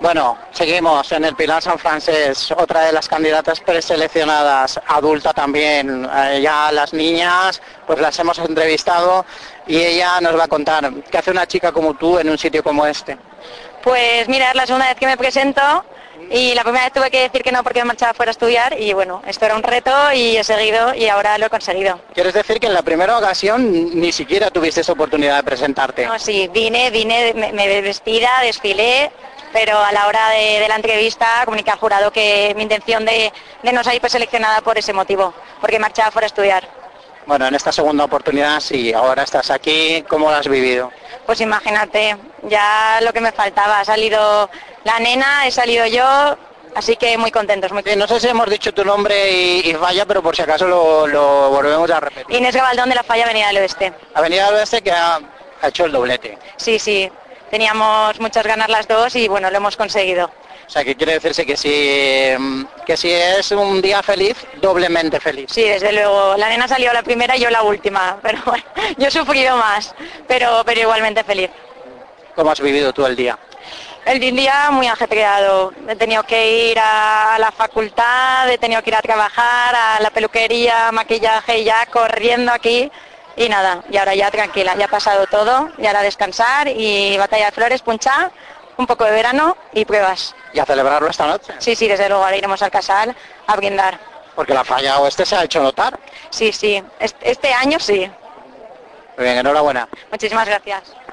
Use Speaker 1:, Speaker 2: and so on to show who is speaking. Speaker 1: Bueno, seguimos en el Pilar San Francés, otra de las candidatas preseleccionadas, adulta también, eh, ya las niñas, pues las hemos entrevistado y ella nos va a contar qué hace una chica como tú en un sitio como este.
Speaker 2: Pues mira, es la segunda vez que me presento y la primera vez tuve que decir que no porque me marchaba fuera a estudiar y bueno, esto era un reto y he seguido y ahora lo he conseguido.
Speaker 1: ¿Quieres decir que en la primera ocasión ni siquiera tuviste esa oportunidad de presentarte?
Speaker 2: No, sí, vine, vine, me, me vestida, desfilé, pero a la hora de, de la entrevista comuniqué al jurado que mi intención de, de no salir preseleccionada por ese motivo, porque marchaba fuera a estudiar.
Speaker 1: Bueno, en esta segunda oportunidad sí, ahora estás aquí, ¿cómo lo has vivido?
Speaker 2: Pues imagínate, ya lo que me faltaba, ha salido la nena, he salido yo, así que muy contentos, muy
Speaker 1: Sí, Eh, no sé si hemos dicho tu nombre y, y falla, pero por si acaso lo, lo volvemos a repetir.
Speaker 2: Inés Gabaldón de la Falla Avenida del Oeste.
Speaker 1: Avenida del Oeste que ha, ha hecho el doblete.
Speaker 2: Sí, sí, teníamos muchas ganas las dos y bueno, lo hemos conseguido.
Speaker 1: O sea, que quiere decirse que si, mm, que si es un día feliz, doblemente feliz.
Speaker 2: Sí, desde luego, la nena salió la primera y yo la última, pero bueno, yo he sufrido más, pero, pero igualmente feliz.
Speaker 1: ¿Cómo has vivido tú el día?
Speaker 2: El día muy ajetreado. He tenido que ir a la facultad, he tenido que ir a trabajar, a la peluquería, maquillaje y ya corriendo aquí. Y nada, y ahora ya tranquila, ya ha pasado todo, y ahora descansar y batalla de flores, puncha, un poco de verano y pruebas.
Speaker 1: ¿Y a celebrarlo esta noche?
Speaker 2: Sí, sí, desde luego, ahora iremos al casal a brindar.
Speaker 1: Porque la falla oeste se ha hecho notar.
Speaker 2: Sí, sí, est- este año sí.
Speaker 1: Muy bien, enhorabuena.
Speaker 2: Muchísimas gracias.